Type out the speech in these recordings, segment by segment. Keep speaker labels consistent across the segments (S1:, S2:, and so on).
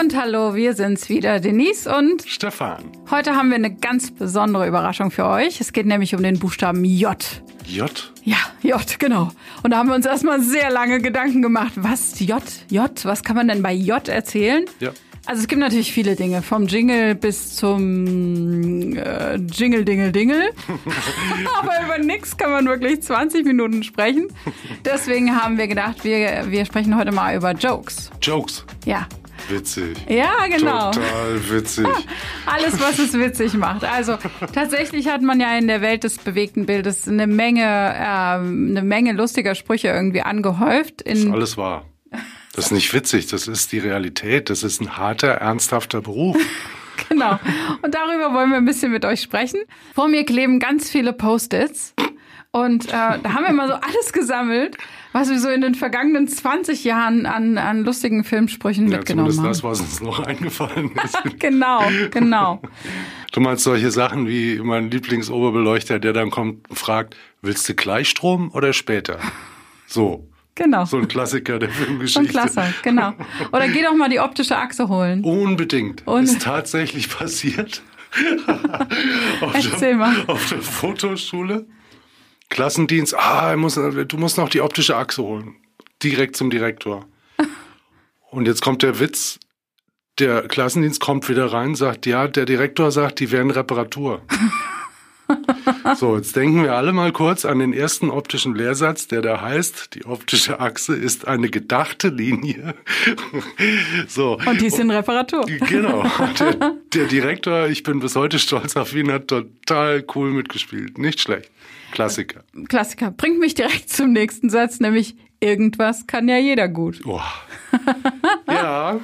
S1: und hallo, wir sind's wieder, Denise und
S2: Stefan.
S1: heute haben wir eine ganz besondere Überraschung für euch. Es geht nämlich um den Buchstaben J.
S2: J.
S1: Ja, J, genau. Und da haben wir uns erstmal sehr lange Gedanken gemacht. Was J? J? Was kann man denn bei J erzählen?
S2: Ja.
S1: Also es gibt natürlich viele Dinge, vom Jingle bis zum äh, Jingle Dingle Dingle. Aber über nichts kann man wirklich 20 Minuten sprechen. Deswegen haben wir gedacht, wir, wir sprechen heute mal über Jokes.
S2: Jokes.
S1: Ja.
S2: Witzig.
S1: Ja, genau.
S2: Total witzig.
S1: Alles, was es witzig macht. Also tatsächlich hat man ja in der Welt des bewegten Bildes eine Menge, ähm, eine Menge lustiger Sprüche irgendwie angehäuft. In,
S2: Alles wahr. Das ist nicht witzig, das ist die Realität. Das ist ein harter, ernsthafter Beruf.
S1: genau. Und darüber wollen wir ein bisschen mit euch sprechen. Vor mir kleben ganz viele Post-its. Und äh, da haben wir mal so alles gesammelt, was wir so in den vergangenen 20 Jahren an, an lustigen Filmsprüchen
S2: Ja,
S1: mitgenommen
S2: zumindest
S1: haben.
S2: das, was uns noch eingefallen ist.
S1: Genau, genau.
S2: Du meinst solche Sachen wie mein Lieblingsoberbeleuchter, der dann kommt und fragt, willst du gleich Strom oder später? So.
S1: Genau.
S2: So ein Klassiker der
S1: Schon
S2: Filmgeschichte.
S1: klasse, genau. Oder geh doch mal die optische Achse holen.
S2: Unbedingt.
S1: Und-
S2: ist tatsächlich passiert. auf,
S1: Erzähl mal.
S2: auf der Fotoschule. Klassendienst. Ah, ich muss, du musst noch die optische Achse holen. Direkt zum Direktor. Und jetzt kommt der Witz. Der Klassendienst kommt wieder rein, sagt, ja, der Direktor sagt, die wären Reparatur. So, jetzt denken wir alle mal kurz an den ersten optischen Lehrsatz, der da heißt, die optische Achse ist eine gedachte Linie. So.
S1: Und die ist in Reparatur.
S2: Genau. Der, der Direktor, ich bin bis heute stolz auf ihn, hat total cool mitgespielt. Nicht schlecht. Klassiker.
S1: Klassiker. Bringt mich direkt zum nächsten Satz, nämlich irgendwas kann ja jeder gut.
S2: Oh. Ja,
S1: Ja,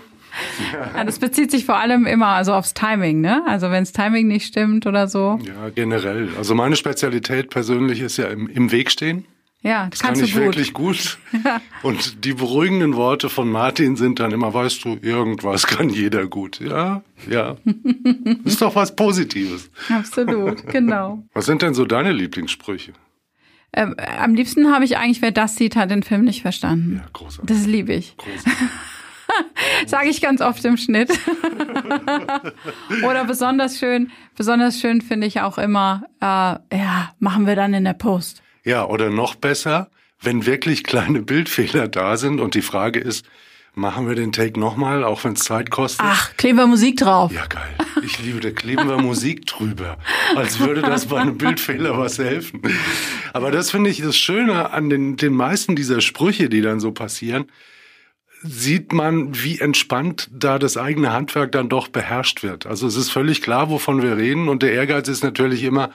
S1: das Also, bezieht sich vor allem immer also aufs Timing, ne? Also wenns Timing nicht stimmt oder so.
S2: ja, generell. Also meine Spezialität persönlich ist ja im, im Weg stehen.
S1: Ja, das
S2: Kann
S1: kannst
S2: ich
S1: du gut.
S2: wirklich gut. Und die beruhigenden Worte von Martin sind dann immer, weißt du, irgendwas kann jeder gut. Ja, ja. Ist doch was Positives.
S1: Absolut, genau.
S2: Was sind denn so deine Lieblingssprüche?
S1: Ähm, äh, am liebsten habe ich eigentlich, wer das sieht, hat den Film nicht verstanden.
S2: Ja, großartig.
S1: Das liebe ich.
S2: großartig.
S1: Sage ich ganz oft im Schnitt. Oder besonders schön, besonders schön finde ich auch immer, äh, ja, machen wir dann in der Post.
S2: Ja, oder noch besser, wenn wirklich kleine Bildfehler da sind und die Frage ist, machen wir den Take nochmal, auch wenn es Zeit kostet?
S1: Ach, kleben wir Musik drauf.
S2: Ja, geil. Ich liebe, da kleben wir Musik drüber. Als würde das bei einem Bildfehler was helfen. Aber das finde ich das Schöne an den, den meisten dieser Sprüche, die dann so passieren, sieht man, wie entspannt da das eigene Handwerk dann doch beherrscht wird. Also es ist völlig klar, wovon wir reden. Und der Ehrgeiz ist natürlich immer,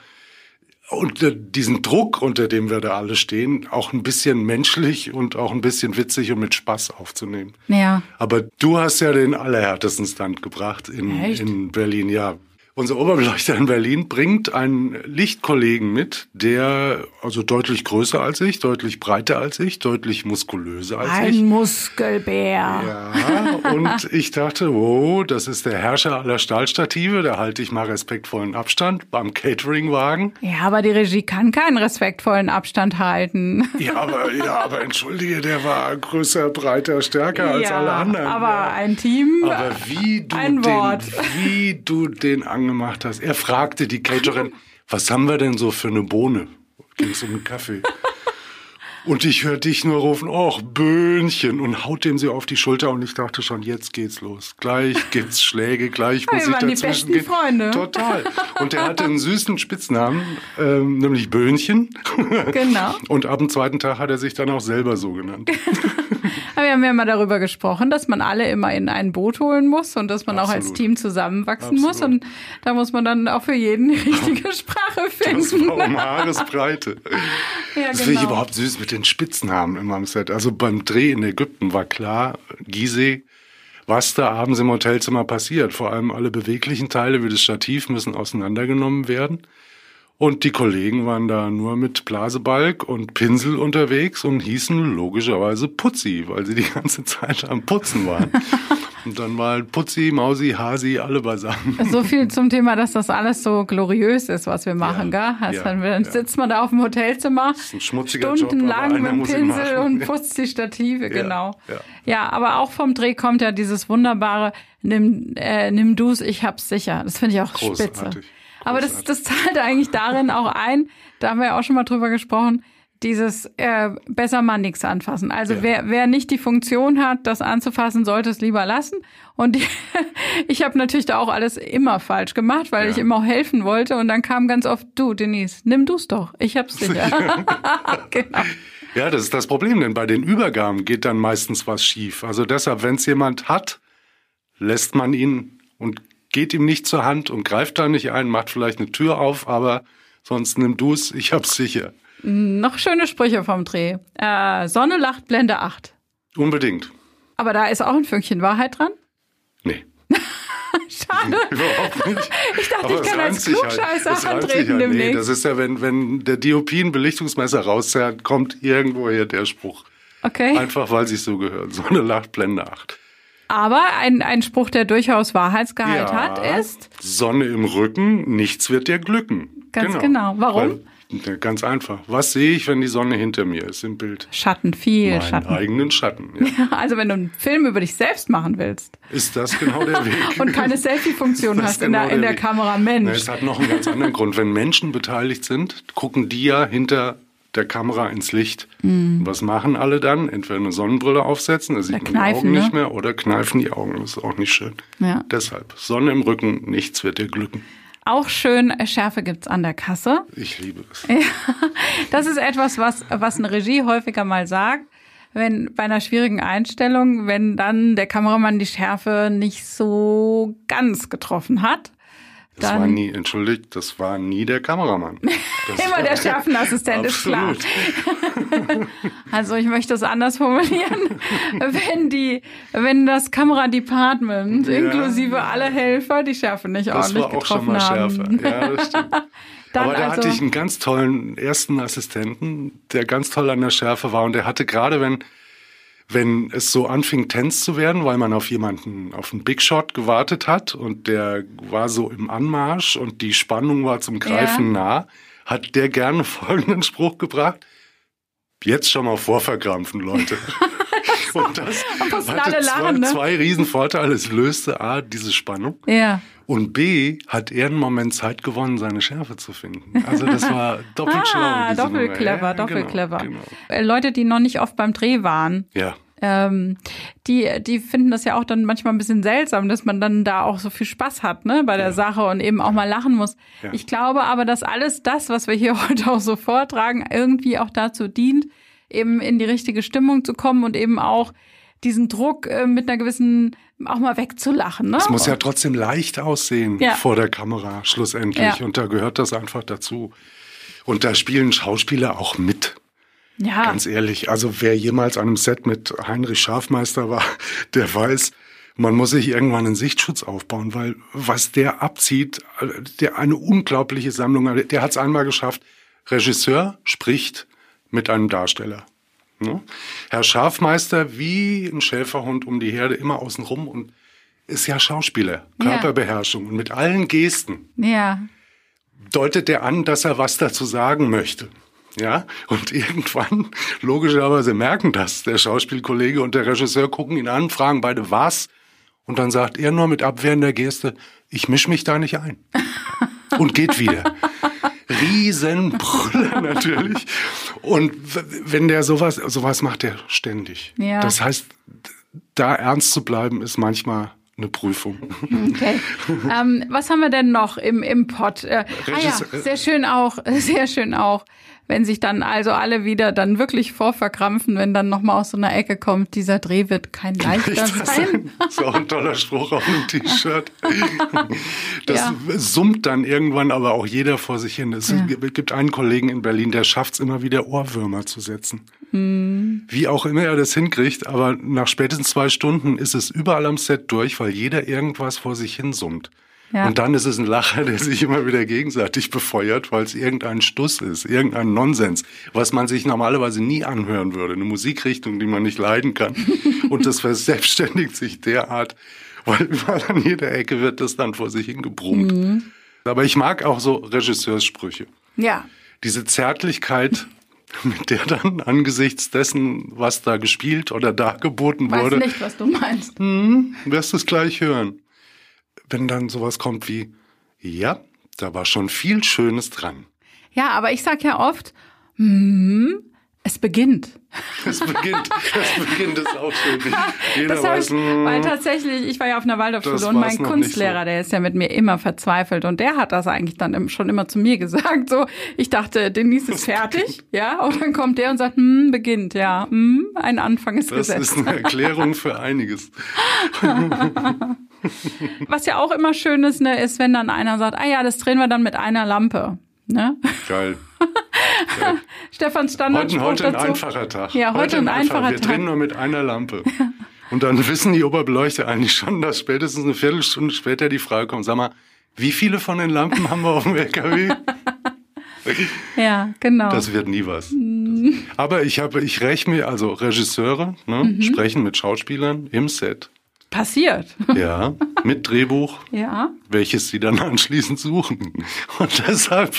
S2: unter diesen Druck, unter dem wir da alle stehen, auch ein bisschen menschlich und auch ein bisschen witzig und mit Spaß aufzunehmen.
S1: ja.
S2: Aber du hast ja den allerhärtesten Stand gebracht in,
S1: Echt?
S2: in Berlin, ja. Unser Oberbeleuchter in Berlin bringt einen Lichtkollegen mit, der also deutlich größer als ich, deutlich breiter als ich, deutlich muskulöser als ich.
S1: Ein Muskelbär.
S2: Ja, und ich dachte, wow, das ist der Herrscher aller Stahlstative, da halte ich mal respektvollen Abstand beim Cateringwagen.
S1: Ja, aber die Regie kann keinen respektvollen Abstand halten.
S2: Ja, aber, ja, aber entschuldige, der war größer, breiter, stärker als
S1: ja,
S2: alle anderen.
S1: aber ein Team.
S2: Aber wie du,
S1: Ein
S2: den,
S1: Wort.
S2: wie du den angemacht hast. Er fragte die Caterin, was haben wir denn so für eine Bohne? Ging es um einen Kaffee. Und ich hörte dich nur rufen, och, Böhnchen, und haut dem sie auf die Schulter. Und ich dachte schon, jetzt geht's los. Gleich gibt's Schläge, gleich muss
S1: Wir
S2: ich
S1: waren die
S2: dazwischen
S1: besten
S2: gehen.
S1: Freunde.
S2: Total. Und er hatte einen süßen Spitznamen, ähm, nämlich Böhnchen.
S1: Genau.
S2: Und ab dem zweiten Tag hat er sich dann auch selber so genannt.
S1: Aber wir haben ja mal darüber gesprochen, dass man alle immer in ein Boot holen muss und dass man auch als
S2: Absolut.
S1: Team zusammenwachsen muss.
S2: Absolut.
S1: Und da muss man dann auch für jeden die richtige Sprache
S2: Das
S1: finden.
S2: war um Haaresbreite.
S1: Ja,
S2: Das finde ich
S1: genau.
S2: überhaupt süß mit den Spitznamen in meinem Set. Also beim Dreh in Ägypten war klar, Gizeh, was da abends im Hotelzimmer passiert. Vor allem alle beweglichen Teile wie das Stativ müssen auseinandergenommen werden. Und die Kollegen waren da nur mit Blasebalg und Pinsel unterwegs und hießen logischerweise Putzi, weil sie die ganze Zeit am Putzen waren. Und dann mal Putzi, Mausi, Hasi, alle beisammen.
S1: So viel zum Thema, dass das alles so gloriös ist, was wir machen,
S2: Ja,
S1: gell? Also
S2: ja,
S1: dann, dann
S2: ja.
S1: sitzt man da auf dem Hotelzimmer
S2: ein schmutziger Job,
S1: stundenlang
S2: aber einer
S1: mit dem
S2: muss ihn
S1: Pinsel
S2: machen.
S1: und putzt die Stative,
S2: Ja,
S1: genau.
S2: ja.
S1: Ja, aber auch vom Dreh kommt ja dieses wunderbare Nimm, äh, nimm du's, ich hab's sicher. Das finde ich auch
S2: Großartig.
S1: spitze. Aber das,
S2: Großartig.
S1: das zahlt eigentlich darin auch ein, da haben wir ja auch schon mal drüber gesprochen, dieses äh, besser mal nichts anfassen. Also
S2: Ja.
S1: wer, wer nicht die Funktion hat, das anzufassen, sollte es lieber lassen. Und die, ich habe natürlich da auch alles immer falsch gemacht, weil
S2: Ja.
S1: ich immer auch helfen wollte. Und dann kam ganz oft, du, Denise, nimm du's doch. Ich hab's sicher. genau.
S2: Ja, das ist das Problem, denn bei den Übergaben geht dann meistens was schief. Also deshalb, wenn es jemand hat, lässt man ihn und geht ihm nicht zur Hand und greift da nicht ein, macht vielleicht eine Tür auf, aber sonst nimm du es, ich hab's sicher.
S1: Noch schöne Sprüche vom Dreh. Äh, Sonne lacht, Blende 8.
S2: Unbedingt.
S1: Aber da ist auch ein Fünkchen Wahrheit dran.
S2: Nee.
S1: Schade.
S2: Überhaupt nicht.
S1: Ich dachte,
S2: Aber
S1: ich
S2: es
S1: kann als
S2: reimt sich halt.
S1: Klugscheißer
S2: Es reimt sich
S1: antreten
S2: halt. Nee,
S1: demnächst.
S2: das ist ja, wenn, wenn der DOP ein Belichtungsmesser rauszerrt, kommt irgendwoher der Spruch.
S1: Okay.
S2: Einfach weil sie so gehört. So eine Lachtblende 8.
S1: Aber ein, ein Spruch, der durchaus Wahrheitsgehalt
S2: Ja,
S1: hat, ist,
S2: Sonne im Rücken, nichts wird dir glücken.
S1: Ganz genau. Warum?
S2: Weil, äh, ganz einfach. Was sehe ich, wenn die Sonne hinter mir ist im Bild?
S1: Schatten, viel
S2: Meinen
S1: Schatten.
S2: eigenen Schatten. Ja.
S1: Also wenn du einen Film über dich selbst machen willst
S2: Ist das genau der Weg?
S1: und keine Selfie-Funktion
S2: Das
S1: hast
S2: ist
S1: in der,
S2: genau
S1: in der
S2: Weg.
S1: Kamera,
S2: Na,
S1: Mensch.
S2: Es hat noch einen ganz anderen Grund. Wenn Menschen beteiligt sind, gucken die ja hinter der Kamera ins Licht.
S1: Mm.
S2: Was machen alle dann? Entweder eine Sonnenbrille aufsetzen, da sieht man die
S1: kneifen,
S2: Augen
S1: ne?
S2: nicht mehr, oder kneifen die Augen. Das ist auch nicht schön.
S1: Ja.
S2: Deshalb, Sonne im Rücken, nichts wird dir glücken.
S1: Auch schön, äh, Schärfe gibt's an der Kasse.
S2: Ich liebe es.
S1: Das ist etwas, was, was eine Regie häufiger mal sagt. Wenn bei einer schwierigen Einstellung, wenn dann der Kameramann die Schärfe nicht so ganz getroffen hat,
S2: Das
S1: dann
S2: war nie, entschuldigt, das war nie der Kameramann. Das
S1: immer der Schärfenassistent ist klar.
S2: Absolut.
S1: Also ich möchte es anders formulieren. wenn die, wenn das Kameradepartment
S2: Ja.
S1: inklusive aller Helfer die Schärfe nicht
S2: Das
S1: ordentlich
S2: war auch
S1: getroffen
S2: schon mal schärfer.
S1: haben.
S2: Ja, das stimmt.
S1: Dann
S2: Aber da
S1: also-
S2: hatte ich einen ganz tollen ersten Assistenten, der ganz toll an der Schärfe war und der hatte gerade, wenn, wenn es so anfing, Tens zu werden, weil man auf jemanden, auf einen Big Shot gewartet hat und der war so im Anmarsch und die Spannung war zum Greifen nah, hat der gerne folgenden Spruch gebracht. Jetzt schon mal vorverkrampfen, Leute. Und das
S1: mussten
S2: hatte
S1: alle lachen, ne?
S2: zwei, zwei Riesenvorteile. Es löste A, diese Spannung.
S1: Ja.
S2: Und B hat er einen Moment Zeit gewonnen, seine Schärfe zu finden. Also das war doppelt schlau.
S1: Ah,
S2: diese
S1: doppelt
S2: Nummer.
S1: clever,
S2: Ja,
S1: doppelt
S2: genau,
S1: clever.
S2: Genau.
S1: Äh, Leute, die noch nicht oft beim Dreh waren,
S2: Ja,
S1: ähm, die, die finden das ja auch dann manchmal ein bisschen seltsam, dass man dann da auch so viel Spaß hat, ne, bei der Sache und eben auch mal lachen muss.
S2: Ja.
S1: Ich glaube aber, dass alles das, was wir hier heute auch so vortragen, irgendwie auch dazu dient, eben in die richtige Stimmung zu kommen und eben auch diesen Druck äh, mit einer gewissen, auch mal wegzulachen, ne?
S2: es muss ja trotzdem leicht aussehen
S1: Ja.
S2: vor der Kamera schlussendlich.
S1: Ja.
S2: Und da gehört das einfach dazu. Und da spielen Schauspieler auch mit.
S1: ja.
S2: Ganz ehrlich, also wer jemals an einem Set mit Heinrich Schafmeister war, der weiß, man muss sich irgendwann einen Sichtschutz aufbauen, weil was der abzieht, der eine unglaubliche Sammlung, der hat es einmal geschafft. Regisseur spricht mit einem Darsteller. Ne? Herr Schafmeister wie ein Schäferhund um die Herde immer außen rum und ist ja Schauspieler,
S1: Ja.
S2: Körperbeherrschung und mit allen Gesten
S1: ja.
S2: deutet er an, dass er was dazu sagen möchte. Ja, und irgendwann, logischerweise merken das der Schauspielkollege und der Regisseur, gucken ihn an, fragen beide was. Und dann sagt er nur mit abwehrender Geste, ich misch mich da nicht ein. Und geht wieder. Riesenbrüller natürlich. Und w- wenn der sowas, sowas macht er ständig.
S1: Ja.
S2: Das heißt, d- da ernst zu bleiben, ist manchmal eine Prüfung.
S1: Okay. ähm, was haben wir denn noch im, im Pott? Äh, ah ja,
S2: Regisseur-
S1: sehr schön auch, sehr schön auch, wenn sich dann also alle wieder dann wirklich vorverkrampfen, wenn dann nochmal aus so einer Ecke kommt, dieser Dreh wird kein leichter
S2: Nicht das
S1: sein.
S2: Das ist auch ein toller Spruch auf dem T-Shirt. Das
S1: Ja.
S2: summt dann irgendwann aber auch jeder vor sich hin. Es
S1: Ja.
S2: gibt einen Kollegen in Berlin, der schafft es immer wieder, Ohrwürmer zu setzen. Wie auch immer er das hinkriegt, aber nach spätestens zwei Stunden ist es überall am Set durch, weil jeder irgendwas vor sich hin summt.
S1: Ja.
S2: Und dann ist es ein Lacher, der sich immer wieder gegenseitig befeuert, weil es irgendein Stuss ist, irgendein Nonsens, was man sich normalerweise nie anhören würde. Eine Musikrichtung, die man nicht leiden kann. Und das verselbstständigt sich derart, weil überall an jeder Ecke wird das dann vor sich hingebrummt. Aber ich mag auch so Regisseurssprüche.
S1: Ja.
S2: Diese Zärtlichkeit, mit der dann angesichts dessen, was da gespielt oder dargeboten
S1: Weiß
S2: wurde,
S1: nicht, was du meinst.
S2: wirst du es gleich hören. Wenn dann sowas kommt wie, ja, da war schon viel Schönes dran.
S1: Ja, aber ich sag ja oft, hm, es beginnt.
S2: Es beginnt, es beginnt es auch schön. Jeder
S1: Das hab ich,
S2: weiß, mm,
S1: weil tatsächlich, ich war ja auf einer
S2: Das
S1: Waldorfschule und
S2: war's
S1: mein
S2: noch
S1: Kunstlehrer,
S2: nicht
S1: der ist ja mit mir immer verzweifelt und der hat das eigentlich dann im- schon immer zu mir gesagt. So, ich dachte, Denise ist fertig, ja, und dann kommt der und sagt, hm, beginnt, ja, hm, ein Anfang ist
S2: das
S1: gesetzt.
S2: ist eine Erklärung für einiges.
S1: Was ja auch immer schön ist, ne, ist, wenn dann einer sagt, ah ja, das drehen wir dann mit einer Lampe. Ne?
S2: Geil.
S1: Stefan Standard
S2: Heute, heute ein
S1: dazu.
S2: einfacher Tag.
S1: Ja, heute ein einfacher
S2: Wir
S1: Tag.
S2: drehen nur mit einer Lampe. Und dann wissen die Oberbeleuchter eigentlich schon, dass spätestens eine Viertelstunde später die Frage kommt, sag mal, wie viele von den Lampen haben wir auf dem LKW?
S1: Ja, genau.
S2: Das wird nie was.
S1: Mhm.
S2: Aber ich habe, ich räche mir, also Regisseure ne, sprechen mit Schauspielern im Set.
S1: Passiert.
S2: Ja, mit Drehbuch,
S1: Ja.
S2: welches sie dann anschließend suchen. Und deshalb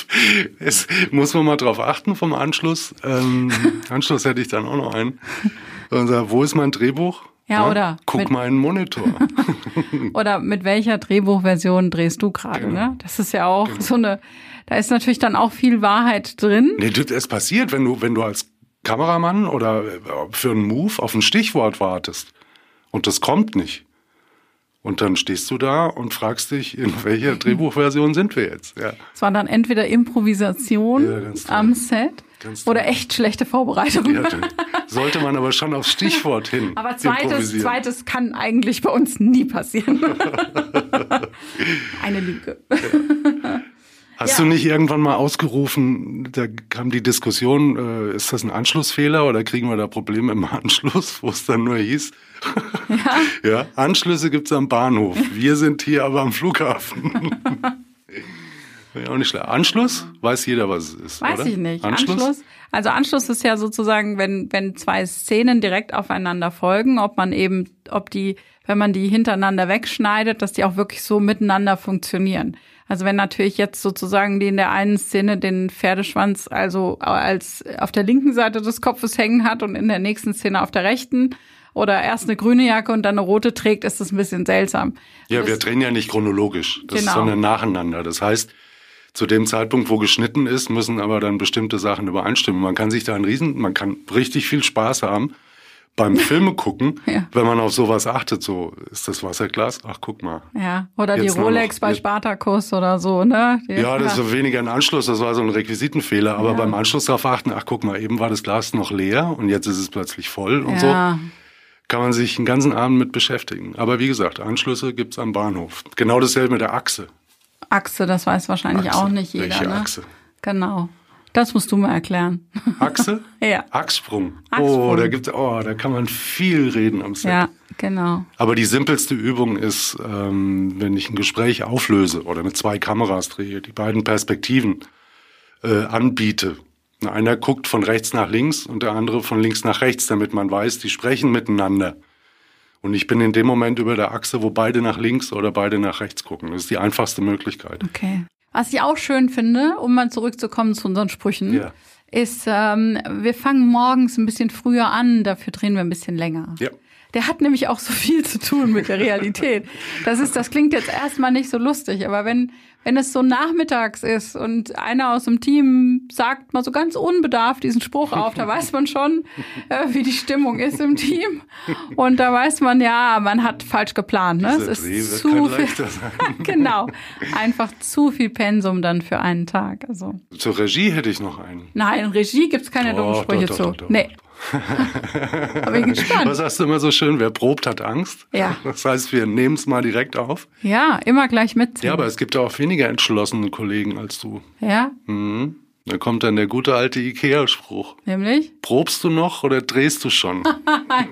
S2: es, muss man mal drauf achten vom Anschluss. Ähm, Anschluss hätte ich dann auch noch einen. Und sag, wo ist mein Drehbuch?
S1: Ja,
S2: Na,
S1: oder?
S2: Guck
S1: Mit-
S2: mal in den Monitor.
S1: Oder mit welcher Drehbuchversion drehst du gerade,
S2: Genau.
S1: ne? Das ist ja auch so eine, da ist natürlich dann auch viel Wahrheit drin.
S2: nee, das- es passiert, wenn du, wenn du als Kameramann oder äh, für einen Move auf ein Stichwort wartest und das kommt nicht. Und dann stehst du da und fragst dich, in welcher Drehbuchversion sind wir jetzt? Ja.
S1: Es waren dann entweder Improvisation
S2: Ja, ganz toll.
S1: am Set
S2: Ganz toll.
S1: oder echt schlechte Vorbereitung.
S2: Ja, dann sollte man aber schon aufs Stichwort hin.
S1: Aber zweites,
S2: improvisieren.
S1: zweites kann eigentlich bei uns nie passieren. Eine Lüge.
S2: Hast
S1: Ja.
S2: du nicht irgendwann mal ausgerufen, da kam die Diskussion, äh, ist das ein Anschlussfehler oder kriegen wir da Probleme im Anschluss, wo es dann nur hieß? Ja, Anschlüsse gibt's am Bahnhof. Wir sind hier aber am Flughafen. ja, auch nicht schlecht. Anschluss? Weiß jeder, was es ist.
S1: Weiß
S2: oder?
S1: ich nicht. Anschluss? Also Anschluss ist ja sozusagen, wenn, wenn zwei Szenen direkt aufeinander folgen, ob man eben, ob die, wenn man die hintereinander wegschneidet, dass die auch wirklich so miteinander funktionieren. Also wenn natürlich jetzt sozusagen die in der einen Szene den Pferdeschwanz also als auf der linken Seite des Kopfes hängen hat und in der nächsten Szene auf der rechten oder erst eine grüne Jacke und dann eine rote trägt, ist das ein bisschen seltsam.
S2: Ja, wir
S1: Das-
S2: drehen ja nicht chronologisch, das ist
S1: Genau.
S2: sondern nacheinander. Das heißt, zu dem Zeitpunkt, wo geschnitten ist, müssen aber dann bestimmte Sachen übereinstimmen. Man kann sich da einen riesen, man kann richtig viel Spaß haben beim Filme gucken,
S1: Ja.
S2: wenn man auf sowas achtet. So ist das Wasserglas. Ach, guck mal.
S1: ja, oder
S2: Jetzt
S1: die
S2: nur noch-
S1: Rolex bei
S2: jetzt-
S1: Spartacus oder so, ne? Die-
S2: Ja, das war weniger ein Anschluss, das war so ein Requisitenfehler. Aber beim Anschluss darauf achten, ach guck mal, eben war das Glas noch leer und jetzt ist es plötzlich voll und so.
S1: ja.
S2: kann man sich den ganzen Abend mit beschäftigen. Aber wie gesagt, Anschlüsse gibt's am Bahnhof. Genau dasselbe mit der Achse.
S1: Achse, das weiß wahrscheinlich
S2: Achse.
S1: auch nicht jeder.
S2: Welche
S1: ne?
S2: Achse?
S1: Genau. Das musst du mir erklären.
S2: Achse?
S1: Ja.
S2: Achssprung. Oh,
S1: Achssprung.
S2: da gibt's, oh, da kann man viel reden am Set.
S1: Ja, genau.
S2: Aber die simpelste Übung ist, ähm, wenn ich ein Gespräch auflöse oder mit zwei Kameras drehe, die beiden Perspektiven äh, anbiete. Na, Einer guckt von rechts nach links und der andere von links nach rechts, damit man weiß, die sprechen miteinander. Und ich bin in dem Moment über der Achse, wo beide nach links oder beide nach rechts gucken. Das ist die einfachste Möglichkeit.
S1: Okay. Was ich auch schön finde, um mal zurückzukommen zu unseren Sprüchen,
S2: Ja.
S1: ist, ähm, wir fangen morgens ein bisschen früher an, dafür drehen wir ein bisschen länger.
S2: Ja.
S1: Der hat nämlich auch so viel zu tun mit der Realität. Das ist, das klingt jetzt erstmal nicht so lustig, aber wenn, wenn es so nachmittags ist und einer aus dem Team sagt mal so ganz unbedarft diesen Spruch auf, da weiß man schon, äh, wie die Stimmung ist im Team. Und da weiß man, ja, man hat falsch geplant, ne?
S2: Dieser
S1: Es
S2: Dreh wird
S1: ist zu
S2: kein
S1: viel.
S2: leichter sein.
S1: genau. Einfach zu viel Pensum dann für einen Tag, also.
S2: Zur Regie hätte ich noch einen.
S1: Nein, Regie gibt's keine dummen
S2: Doch,
S1: Sprüche
S2: doch,
S1: zu.
S2: doch, doch, doch.
S1: Nee. Aber ich bin
S2: Was
S1: gespannt.
S2: sagst du immer so schön? Wer probt, hat Angst.
S1: Ja.
S2: Das heißt, wir nehmen es mal direkt auf.
S1: Ja, immer gleich mitziehen.
S2: Ja, aber es gibt ja auch weniger entschlossene Kollegen als du.
S1: Ja?
S2: Mhm. Da kommt dann der gute alte Ikea-Spruch.
S1: Nämlich?
S2: Probst du noch oder drehst du schon?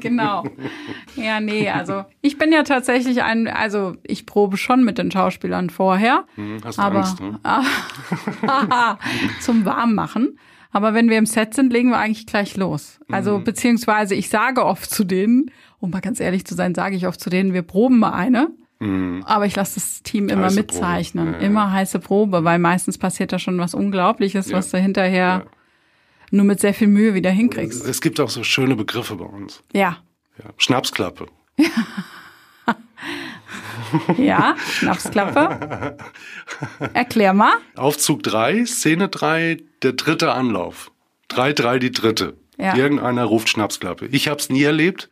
S1: genau. Ja, nee, also ich bin ja tatsächlich ein, also ich probe schon mit den Schauspielern vorher.
S2: Hm, Hast du
S1: aber Ah,
S2: Angst, ne?
S1: zum Warmmachen. Aber wenn wir im Set sind, legen wir eigentlich gleich los. Also
S2: Mhm.
S1: beziehungsweise ich sage oft zu denen, um mal ganz ehrlich zu sein, sage ich oft zu denen, wir proben mal eine. Aber ich lasse das Team immer
S2: Mhm. Heiße Probe.
S1: mitzeichnen.
S2: Ja, ja.
S1: Immer heiße Probe, weil meistens passiert da schon was Unglaubliches,
S2: Ja.
S1: was du hinterher
S2: Ja.
S1: nur mit sehr viel Mühe wieder hinkriegst.
S2: Es gibt auch so schöne Begriffe bei uns.
S1: Ja.
S2: Ja. Schnapsklappe.
S1: Ja, Schnapsklappe. Erklär mal.
S2: Aufzug 3, Szene 3, der dritte Anlauf. 3, 3, die dritte.
S1: Ja.
S2: Irgendeiner ruft Schnapsklappe. Ich habe es nie erlebt,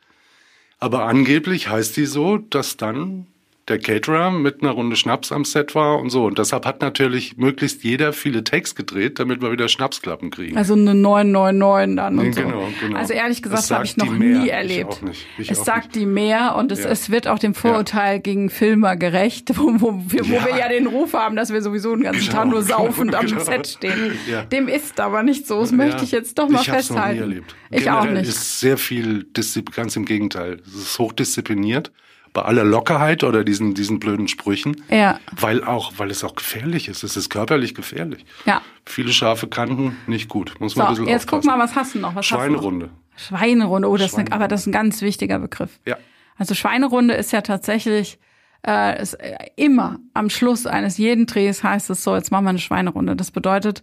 S2: aber angeblich heißt die so, dass dann der Caterer mit einer Runde Schnaps am Set war und so. Und deshalb hat natürlich möglichst jeder viele Tags gedreht, damit wir wieder Schnapsklappen kriegen.
S1: Also eine 999 dann und so.
S2: Genau, genau.
S1: Also ehrlich
S2: Es
S1: gesagt
S2: sagt
S1: habe ich
S2: die
S1: noch
S2: mehr.
S1: nie
S2: Ich
S1: erlebt.
S2: auch nicht. Ich
S1: es
S2: auch
S1: sagt die mehr und es,
S2: Ja.
S1: es wird auch dem Vorurteil gegen Filmer gerecht, wo, wo, wir, wo
S2: Ja.
S1: wir ja den Ruf haben, dass wir sowieso den ganzen
S2: Genau,
S1: Tag nur
S2: genau,
S1: saufend am
S2: genau.
S1: Set stehen.
S2: Ja.
S1: Dem ist aber nicht so. Das möchte ich jetzt doch mal
S2: ich hab's
S1: festhalten.
S2: Noch nie erlebt.
S1: Ich
S2: Generell
S1: auch nicht.
S2: Ist sehr viel Disziplin, ganz im Gegenteil. Es ist hochdiszipliniert bei aller Lockerheit oder diesen diesen blöden Sprüchen.
S1: Ja.
S2: Weil auch, weil es auch gefährlich ist. Es ist körperlich gefährlich.
S1: Ja.
S2: Viele scharfe Kanten, nicht gut. Muss man ein
S1: so,
S2: bisschen
S1: jetzt guck
S2: aufpassen.
S1: mal, was hast du noch? Was
S2: Schweinerunde.
S1: Hast du noch? Schweinerunde. Oh, das Ist
S2: Schweinerunde.
S1: eine, aber das ist ein ganz wichtiger Begriff.
S2: Ja.
S1: Also Schweinerunde ist ja tatsächlich äh, ist äh, immer am Schluss eines jeden Drehs heißt es so, jetzt machen wir eine Schweinerunde. Das bedeutet,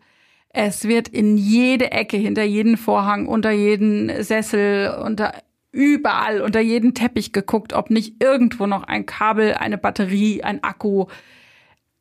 S1: es wird in jede Ecke, hinter jeden Vorhang, unter jeden Sessel, unter überall, unter jeden Teppich geguckt, ob nicht irgendwo noch ein Kabel, eine Batterie, ein Akku,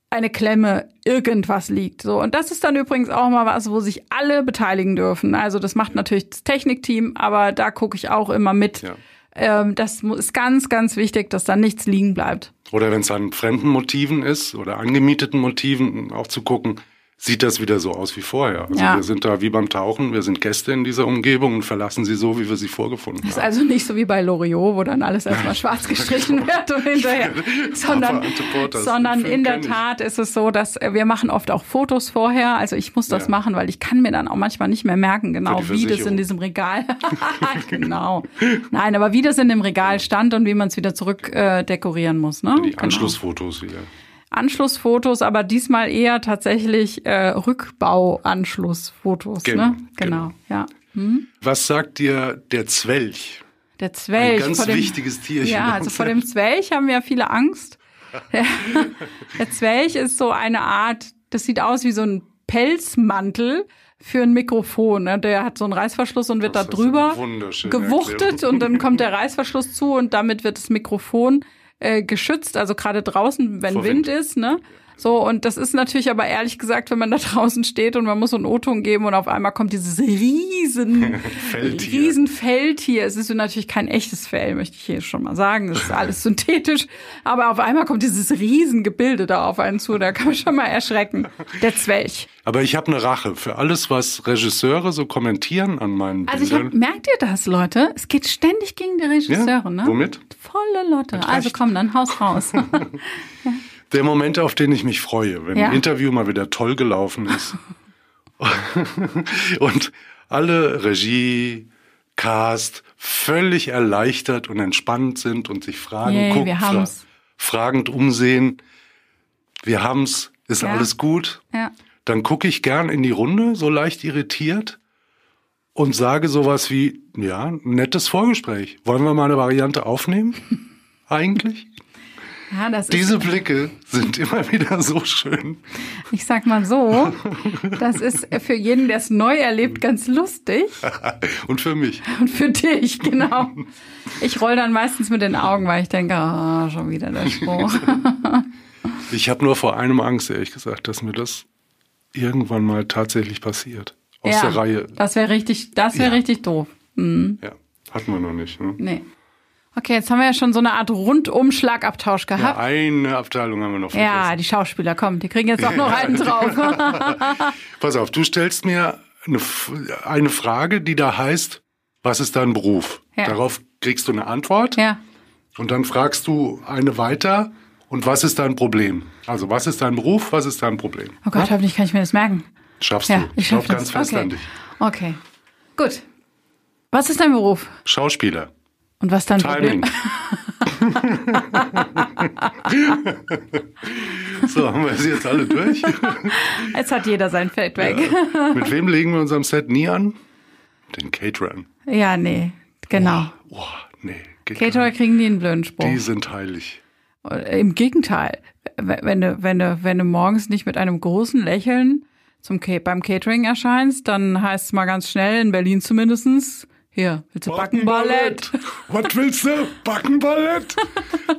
S1: eine Klemme, irgendwas liegt. So. Und das ist dann übrigens auch mal was, wo sich alle beteiligen dürfen. Also das macht natürlich das Technikteam, aber da gucke ich auch immer mit.
S2: Ja.
S1: Ähm, das mu- ist ganz, ganz wichtig, dass da nichts liegen bleibt.
S2: Oder wenn es an fremden Motiven ist oder angemieteten Motiven, auch zu gucken, sieht das wieder so aus wie vorher. Also
S1: Ja.
S2: wir sind da wie beim Tauchen, wir sind Gäste in dieser Umgebung und verlassen sie so, wie wir sie vorgefunden
S1: Ist
S2: haben.
S1: also nicht so wie bei Loriot, wo dann alles erstmal schwarz
S2: Genau.
S1: gestrichen wird und hinterher, sondern,
S2: Papa Antipotas,
S1: sondern
S2: den Film
S1: in der
S2: kenn ich.
S1: Tat ist es so, dass äh, wir machen oft auch Fotos vorher. Also ich muss das
S2: Ja.
S1: machen, weil ich kann mir dann auch manchmal nicht mehr merken, genau wie
S2: die
S1: das in
S2: Versicherung.
S1: diesem Regal. genau. Nein, aber wie das in dem Regal stand und wie man es wieder zurück äh, dekorieren muss. Ne?
S2: Die
S1: Genau.
S2: Anschlussfotos wieder.
S1: Anschlussfotos, aber diesmal eher tatsächlich äh, Rückbau-Anschlussfotos.
S2: Genau,
S1: ne? genau,
S2: genau.
S1: ja.
S2: Was sagt dir der Zwelch?
S1: Der Zwelch.
S2: Ein ganz
S1: vor dem,
S2: wichtiges Tierchen.
S1: Ja, also vor dem Zwelch haben wir viele Angst. Der Zwelch ist so eine Art, das sieht aus wie so ein Pelzmantel für ein Mikrofon. ne? Der hat so einen Reißverschluss und wird
S2: Das
S1: da
S2: hast du
S1: drüber
S2: wunderschön
S1: gewuchtet
S2: erklärt.
S1: und dann kommt der Reißverschluss zu und damit wird das Mikrofon äh, geschützt, also gerade draußen, wenn
S2: Vor
S1: Wind,
S2: Wind.
S1: ist, ne? So, und das ist natürlich aber ehrlich gesagt, wenn man da draußen steht und man muss so einen O-Ton geben und auf einmal kommt dieses riesen
S2: Feldtier.
S1: Riesenfeldtier. Es ist natürlich kein echtes Fell, möchte ich hier schon mal sagen. Das ist alles synthetisch. Aber auf einmal kommt dieses Riesengebilde da auf einen zu. Da kann man schon mal erschrecken. Der Zwelch.
S2: Aber ich habe eine Rache für alles, was Regisseure so kommentieren an meinen
S1: Also ich hab,
S2: Bildern.
S1: merkt ihr das, Leute? Es geht ständig gegen die Regisseure,
S2: Ja,
S1: ne?
S2: womit?
S1: Volle Lotte. Also komm, dann haus raus.
S2: der Moment, auf den ich mich freue, wenn
S1: Ja.
S2: ein Interview mal wieder toll gelaufen ist. und alle Regie, Cast völlig erleichtert und entspannt sind und sich Fragen
S1: Yay,
S2: gucken,
S1: wir haben's.
S2: fragend umsehen. Wir haben's, ist
S1: Ja.
S2: alles gut.
S1: ja.
S2: dann gucke ich gern in die Runde, so leicht irritiert und sage sowas wie, ja, ein nettes Vorgespräch. Wollen wir mal eine Variante aufnehmen? Eigentlich?
S1: ja, das ist
S2: Diese Blicke sind immer wieder so schön.
S1: Ich sag mal so, das ist für jeden, der es neu erlebt, ganz lustig.
S2: Und für mich.
S1: Und für dich, genau. Ich roll dann meistens mit den Augen, weil ich denke, ah, schon wieder der Spruch.
S2: Ich habe nur vor einem Angst, ehrlich gesagt, dass mir das irgendwann mal tatsächlich passiert. Aus der Reihe.
S1: Das wäre richtig, das wäre
S2: Ja.
S1: richtig doof.
S2: Ja, hatten wir noch nicht. Ne?
S1: Nee. Okay, jetzt haben wir ja schon so eine Art Rundumschlagabtausch
S2: Ja,
S1: gehabt.
S2: eine Abteilung haben wir noch
S1: Ja, die Schauspieler, komm, die kriegen jetzt auch noch einen drauf.
S2: Pass auf, du stellst mir eine, F- eine Frage, die da heißt, was ist dein Beruf?
S1: Ja.
S2: Darauf kriegst du eine Antwort
S1: ja.
S2: und dann fragst du eine weiter und was ist dein Problem? Also was ist dein Beruf, was ist dein Problem?
S1: Oh Gott, hoffentlich kann ich mir das merken.
S2: Schaffst
S1: Ja,
S2: du.
S1: ich
S2: Glaub
S1: schaff
S2: ganz
S1: das.
S2: fest
S1: okay.
S2: an dich.
S1: Okay, gut. Was ist dein Beruf
S2: Schauspieler.
S1: und was dein Problem?
S2: Timing. so, haben wir es jetzt alle durch?
S1: Jetzt hat jeder sein Feld weg.
S2: Mit wem legen wir uns am Set nie an? Den Caterern.
S1: Ja, nee, genau.
S2: Oh, nee. geht gar
S1: Caterer kriegen die einen blöden
S2: nicht. Die
S1: Sprung.
S2: sind heilig.
S1: Äh, Im Gegenteil, w- wenn du, wenn, du, wenn du morgens nicht mit einem großen Lächeln zum, Ca- beim Catering erscheinst, dann heißt es mal ganz schnell, in Berlin zumindestens, hier, willst du Backenballett?
S2: Was willst du? Backenballett?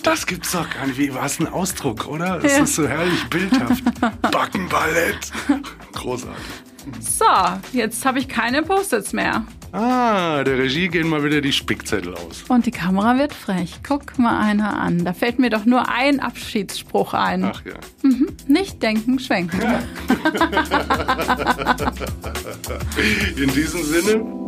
S2: Das gibt's doch gar nicht. Wie war es ein Ausdruck, oder? Es
S1: Ja.
S2: ist so herrlich bildhaft. Backenballett. Großartig.
S1: So, jetzt habe ich keine Post-its mehr.
S2: Ah, der Regie gehen mal wieder die Spickzettel aus.
S1: Und die Kamera wird frech. Guck mal einer an. Da fällt mir doch nur ein Abschiedsspruch ein.
S2: Ach ja.
S1: Nicht denken, schwenken.
S2: In diesem Sinne.